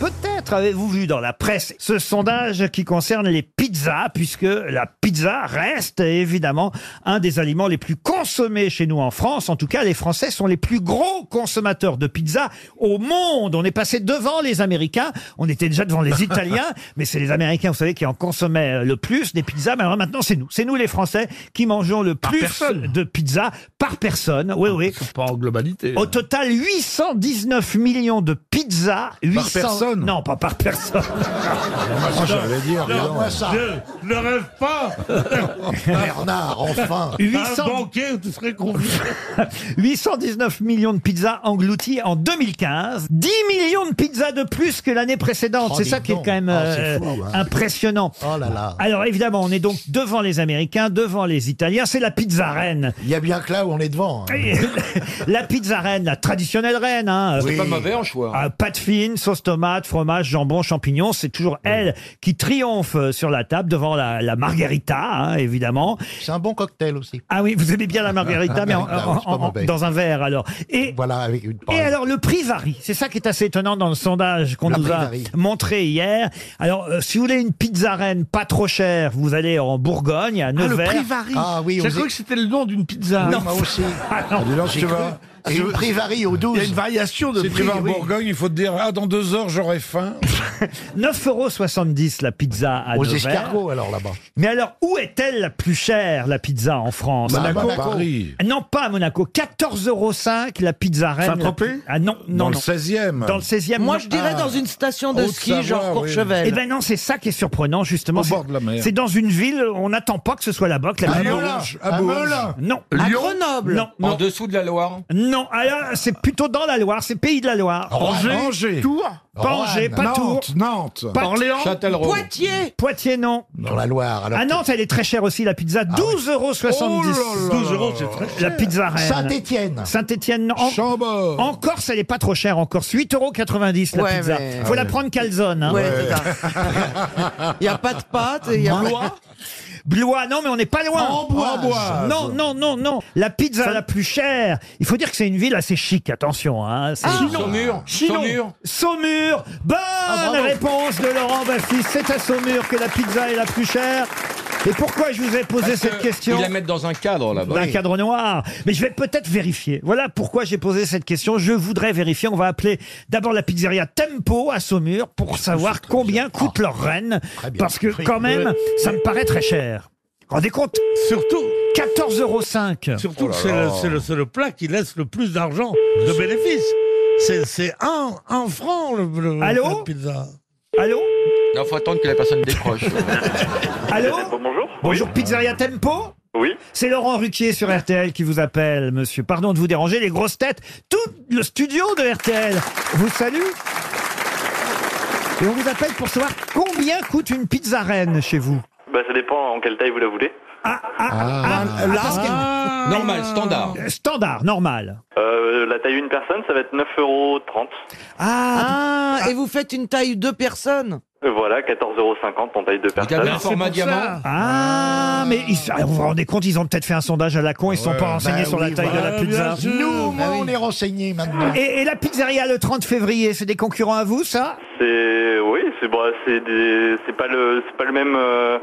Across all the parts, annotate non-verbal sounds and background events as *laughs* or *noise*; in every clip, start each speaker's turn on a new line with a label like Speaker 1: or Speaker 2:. Speaker 1: Peut-être avez-vous vu dans la presse ce sondage qui concerne les pizzas, puisque la pizza reste évidemment un des aliments les plus consommés chez nous en France. En tout cas, les Français sont les plus gros consommateurs de pizza au monde. On est passé devant les Américains, on était déjà devant les Italiens, mais c'est les Américains, vous savez, qui en consommaient le plus des pizzas. Mais alors maintenant, c'est nous. C'est nous les Français qui mangeons le plus
Speaker 2: personne.
Speaker 1: de pizza par personne. Oui, oui.
Speaker 2: Pas en globalité.
Speaker 1: Au total, 819 millions de pizzas. 800...
Speaker 2: personne
Speaker 1: Non, pas par
Speaker 3: *laughs*
Speaker 1: personne.
Speaker 3: Ah,
Speaker 2: j'allais dire. dis donc.
Speaker 4: Je ne rêve pas
Speaker 3: Bernard, enfin
Speaker 1: 800
Speaker 4: banquet où tu serais convié.
Speaker 1: 819 millions de pizzas englouties en 2015. 10 millions de pizzas de plus que l'année précédente.
Speaker 3: Oh,
Speaker 1: c'est
Speaker 3: dis
Speaker 1: ça qui est
Speaker 3: donc.
Speaker 1: quand même
Speaker 3: Ah, c'est
Speaker 1: euh,
Speaker 3: fou, hein.
Speaker 1: impressionnant.
Speaker 3: *laughs* Oh là là
Speaker 1: Alors évidemment, on est donc devant les Américains, devant les Italiens. C'est la pizza reine. *laughs*
Speaker 3: Il y a bien que là où on est devant. hein.
Speaker 1: Et la pizza reine, la traditionnelle reine. Hein, euh,
Speaker 3: Oui.
Speaker 2: Pas mauvais en choix.
Speaker 1: Ah, pâte fine, sauce tomate, fromage, jambon, champignons, c'est toujours elle qui triomphe euh, sur la table devant la, la margarita, hein, évidemment.
Speaker 3: C'est un bon cocktail aussi.
Speaker 1: Ah oui, vous aimez bien la
Speaker 3: *laughs*
Speaker 1: margarita, mais en-
Speaker 3: Margarita, oui, c'est pas
Speaker 1: en- en-
Speaker 3: mauvais.
Speaker 1: dans un verre alors. Et,
Speaker 3: Voilà, avec une
Speaker 1: et
Speaker 3: parole.
Speaker 1: alors le prix varie. C'est ça qui est assez étonnant dans le sondage qu'on
Speaker 3: Le
Speaker 1: nous
Speaker 3: prix
Speaker 1: a
Speaker 3: varie.
Speaker 1: montré hier. Alors euh, si vous voulez une pizza reine pas trop chère, vous allez en Bourgogne à
Speaker 4: Ah, le
Speaker 1: Nevers.
Speaker 4: prix varie.
Speaker 3: Ah oui,
Speaker 4: J'ai
Speaker 3: aux-
Speaker 4: cru que c'était le nom d'une pizza.
Speaker 3: Oui, moi aussi.
Speaker 1: Ah non.
Speaker 3: Dis donc, tu vois. Et le prix varie au
Speaker 4: Il y a
Speaker 3: 12.
Speaker 4: une variation de
Speaker 2: Si tu
Speaker 4: prix.
Speaker 2: vas en
Speaker 4: oui.
Speaker 2: Bourgogne, il faut te dire Ah, dans deux heures, j'aurai faim.
Speaker 1: 9,70 la pizza à
Speaker 3: Aux
Speaker 1: Nevers.
Speaker 3: escargots, alors là-bas.
Speaker 1: Mais alors où est-elle la plus chère la pizza en France
Speaker 4: Ah,
Speaker 3: Bah,
Speaker 2: Monaco,
Speaker 3: Monaco.
Speaker 2: Ah, Paris.
Speaker 1: Ah Non, pas à Monaco. 14,5 euros la pizza reine.
Speaker 4: Saint-Tropez
Speaker 1: Ah non,
Speaker 2: dans
Speaker 1: non,
Speaker 2: le
Speaker 1: non.
Speaker 2: 16e.
Speaker 1: Dans le 16e.
Speaker 5: Moi,
Speaker 1: non.
Speaker 5: je dirais
Speaker 2: Ah.
Speaker 5: dans une station de
Speaker 2: Haute
Speaker 5: ski, genre
Speaker 2: Savoie, oui.
Speaker 5: Courchevel.
Speaker 1: Eh ben non, c'est ça qui est surprenant justement.
Speaker 2: Au
Speaker 1: C'est-
Speaker 2: bord de la mer. Ah
Speaker 1: C'est dans une ville, on n'attend pas que ce soit là-bas que la
Speaker 2: À
Speaker 1: pizza-
Speaker 2: Lyon, à
Speaker 3: à
Speaker 2: Bourges.
Speaker 3: Melun.
Speaker 1: Non.
Speaker 5: à
Speaker 4: Lyon
Speaker 5: Grenoble.
Speaker 1: Non, non,
Speaker 6: dessous de la Loire
Speaker 1: non. Alors, c'est plutôt dans la Loire, c'est pays de la Loire.
Speaker 2: Angers.
Speaker 3: Rouen.
Speaker 2: Angers.
Speaker 4: Tours.
Speaker 1: Pas
Speaker 3: Roanne.
Speaker 1: Angers, pas Tours,
Speaker 2: Nantes. Nantes.
Speaker 1: pas
Speaker 4: Orléans.
Speaker 6: Châtellerault.
Speaker 5: Poitiers.
Speaker 1: Poitiers, non. Ah
Speaker 3: Dans la Loire. Alors
Speaker 1: À Nantes, elle est très chère aussi, la pizza. 12,70 euros.
Speaker 2: Ah Oh là là.
Speaker 4: 12 euros, c'est très cher.
Speaker 1: La pizza reine.
Speaker 3: Saint-Étienne.
Speaker 1: Saint-Etienne, non. En-
Speaker 2: Chambord.
Speaker 1: En Corse, elle est pas trop chère en Corse. 8,90 euros la
Speaker 5: Ouais,
Speaker 1: pizza.
Speaker 5: mais- euh,
Speaker 1: Faut la prendre calzone.
Speaker 4: Ah
Speaker 1: Hein.
Speaker 5: Ouais, c'est ça.
Speaker 4: *laughs*
Speaker 5: Il n'y a pas de pâtes, il y a pas...
Speaker 1: *laughs* Blois, non, mais on n'est pas loin.
Speaker 3: Amboise.
Speaker 5: Ah,
Speaker 2: Amboise.
Speaker 1: Non, non, non, non. La pizza la plus chère. Il faut dire que c'est une ville assez chic, attention. Hein.
Speaker 5: Ah.
Speaker 1: C'est-
Speaker 6: Saumur.
Speaker 1: Chinon.
Speaker 6: Saumur.
Speaker 1: Saumur. Bonne
Speaker 5: Ah,
Speaker 3: bravo.
Speaker 1: réponse de Laurent Baffy. C'est à Saumur que la pizza est la plus chère. Et pourquoi je vous ai posé cette question
Speaker 6: Ils la mettent dans un cadre là-bas.
Speaker 4: Bah,
Speaker 1: d'un cadre noir. Mais je vais peut-être vérifier. Voilà pourquoi j'ai posé cette question. Je voudrais vérifier. On va appeler d'abord la pizzeria Tempo à Saumur pour savoir combien coûte leur reine.
Speaker 3: Ah. Très bien.
Speaker 1: Parce que quand même, ça me paraît très cher. Rendez compte,
Speaker 4: Surtout,
Speaker 1: 14,5 euros.
Speaker 4: surtout que c'est le, c'est le- c'est le plat qui laisse le plus d'argent de bénéfice. C'est- C'est un, un franc le, le-
Speaker 1: Allô
Speaker 4: la pizza.
Speaker 1: Allô
Speaker 6: Il faut attendre que la personne décroche.
Speaker 1: Allô
Speaker 7: Bonjour.
Speaker 1: Bonjour Pizzeria Tempo
Speaker 7: Oui.
Speaker 1: C'est Laurent Ruquier sur RTL qui vous appelle, monsieur. Pardon de vous déranger, les grosses têtes, tout le studio de RTL vous salue. Et on vous appelle pour savoir combien coûte une pizza reine chez vous.
Speaker 7: Bah, ça dépend en quelle taille vous la voulez.
Speaker 1: Ah, ah, ah, ah, parce que-
Speaker 6: Normal, standard.
Speaker 1: euh, standard, normal.
Speaker 7: Euh, la taille d'une personne, ça va être 9,30 euros.
Speaker 1: Ah,
Speaker 5: Ah, et vous faites une taille deux personnes.
Speaker 7: Voilà, 14,50 euros en taille de
Speaker 6: Et t'as bien
Speaker 7: personne.
Speaker 6: le format diamant
Speaker 1: ah, mais ils, ah, vous vous rendez compte, ils ont peut-être fait un sondage à la con, ils se sont
Speaker 2: Ouais,
Speaker 1: pas renseignés
Speaker 3: bah
Speaker 1: sur la
Speaker 3: oui,
Speaker 1: taille de
Speaker 3: voilà.
Speaker 1: la pizza.
Speaker 3: Nous, au moins, on est renseignés maintenant.
Speaker 1: Et, et la pizzeria le 30 février, c'est des concurrents à vous, ça
Speaker 7: C'est oui, c'est bah, c'est des- c'est pas le c'est pas le même euh,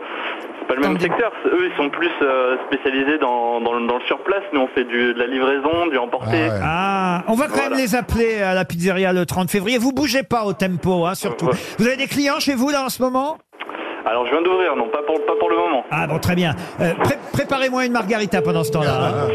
Speaker 7: c'est pas le même secteur. C'est- Eux, ils sont plus euh, spécialisés dans, dans, le- dans le surplace. Nous, on fait du de la livraison, du emporté.
Speaker 3: Ah ouais.
Speaker 1: Ah, on va quand
Speaker 7: Voilà.
Speaker 1: même les appeler à la pizzeria le 30 février. Vous bougez pas au tempo, hein, surtout.
Speaker 7: Ouais.
Speaker 1: Vous avez des clients chez vous là en ce moment
Speaker 7: Alors, je viens d'ouvrir, non pas pour pas pour le moment.
Speaker 1: Ah bon, très bien. Euh, pré- Préparez-moi une margarita pendant ce temps-là. hein.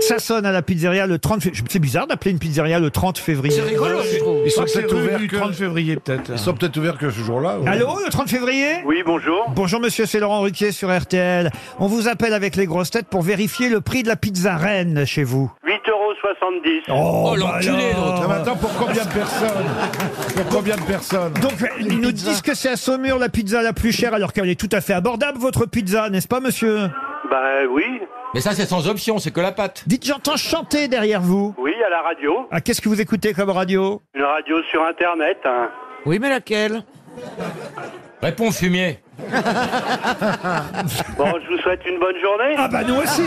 Speaker 1: Ça sonne à la pizzeria le 30 février. C'est bizarre d'appeler une pizzeria le 30 février.
Speaker 5: je trouve.
Speaker 2: Ils sont
Speaker 4: Pas que c'est
Speaker 2: peut-être
Speaker 4: rue
Speaker 2: ouverts
Speaker 4: du
Speaker 2: que...
Speaker 4: 30 février peut-être.
Speaker 2: Ils sont peut-être ouverts que ce jour-là. ouais.
Speaker 1: Allô, le 30 février
Speaker 7: Oui, bonjour.
Speaker 1: Bonjour monsieur, c'est Laurent Ruquier sur RTL. On vous appelle avec les grosses têtes pour vérifier le prix de la pizza reine chez vous.
Speaker 7: 8,70 euros.
Speaker 1: Oh,
Speaker 6: l'enculé,
Speaker 1: alors.
Speaker 2: Non, mais attends, pour combien de personnes Pour combien de personnes
Speaker 1: Donc euh, ils nous disent que c'est à Saumur la pizza la plus chère alors qu'elle est tout à fait abordable votre pizza, n'est-ce pas monsieur
Speaker 7: Bah oui,
Speaker 6: Mais ça, c'est sans option, c'est que la pâte.
Speaker 1: Dites, j'entends chanter derrière vous.
Speaker 7: oui, à la radio,
Speaker 1: Ah, qu'est-ce que vous écoutez comme radio
Speaker 7: une radio sur internet. hein.
Speaker 5: Oui, mais laquelle
Speaker 6: Réponds fumier.
Speaker 7: Bon, je vous souhaite une bonne journée.
Speaker 1: *laughs* Ah bah nous aussi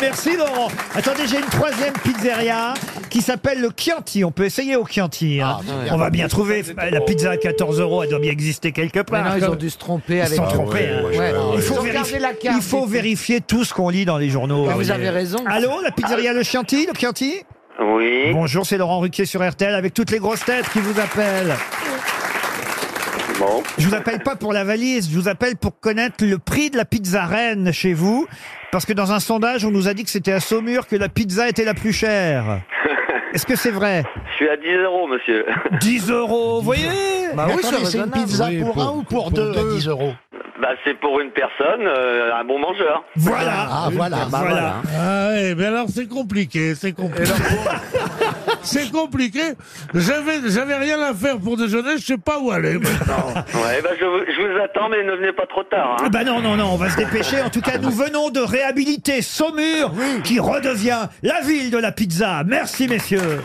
Speaker 1: Merci Laurent Attendez, j'ai une troisième pizzeria qui s'appelle le Chianti. On peut essayer au Chianti. hein.
Speaker 3: Ah,
Speaker 1: On va bien trouver. La pizza à 14 euros, elle doit bien exister quelque
Speaker 5: Mais
Speaker 1: part.
Speaker 5: non, ils
Speaker 1: *laughs*
Speaker 5: ont dû se tromper
Speaker 1: Ils
Speaker 5: avec.
Speaker 1: sont trompés. hein.
Speaker 5: Ouais.
Speaker 1: Il,
Speaker 5: Ils
Speaker 1: faut
Speaker 5: ont
Speaker 1: vérifier,
Speaker 5: gardé la carte. Ah,
Speaker 1: il faut vérifier tout ce qu'on lit dans les journaux.
Speaker 5: Vous
Speaker 1: voyez.
Speaker 5: avez raison.
Speaker 1: Allô, la pizzeria Le Chianti, le Chianti
Speaker 7: Oui.
Speaker 1: Bonjour, c'est Laurent Ruquier sur RTL avec toutes les grosses têtes qui vous appellent.
Speaker 7: Bon.
Speaker 1: Je vous appelle pas pour la valise, je vous appelle pour connaître le prix de la pizza reine chez vous. Parce que dans un sondage, on nous a dit que c'était à Saumur que la pizza était la plus chère. Est-ce que c'est vrai
Speaker 7: Je suis à 10 euros, monsieur. *laughs*
Speaker 1: 10 euros, vous voyez
Speaker 5: Bah
Speaker 3: Mais
Speaker 5: oui,
Speaker 3: attendez, c'est une
Speaker 5: raisonnable.
Speaker 3: pizza
Speaker 2: Oui,
Speaker 3: pour,
Speaker 2: pour-
Speaker 3: un ou pour,
Speaker 2: pour
Speaker 3: deux,
Speaker 2: deux.
Speaker 3: à 10 euros
Speaker 7: Bah, c'est pour une personne, euh, un bon mangeur.
Speaker 1: Voilà
Speaker 3: Ah, voilà.
Speaker 5: Bah voilà.
Speaker 4: Ah ouais, mais alors c'est compliqué, c'est compliqué. *laughs* C'est compliqué. J'avais, j'avais rien à faire pour déjeuner, je sais pas où aller maintenant.
Speaker 7: Ouais, bah, je, vous- je vous attends, mais ne venez pas trop tard.
Speaker 1: Ah
Speaker 7: Hein.
Speaker 1: bah non, non, non, on va se dépêcher. En tout cas, nous venons de réhabiliter Saumur, qui redevient la ville de la pizza. Merci, messieurs.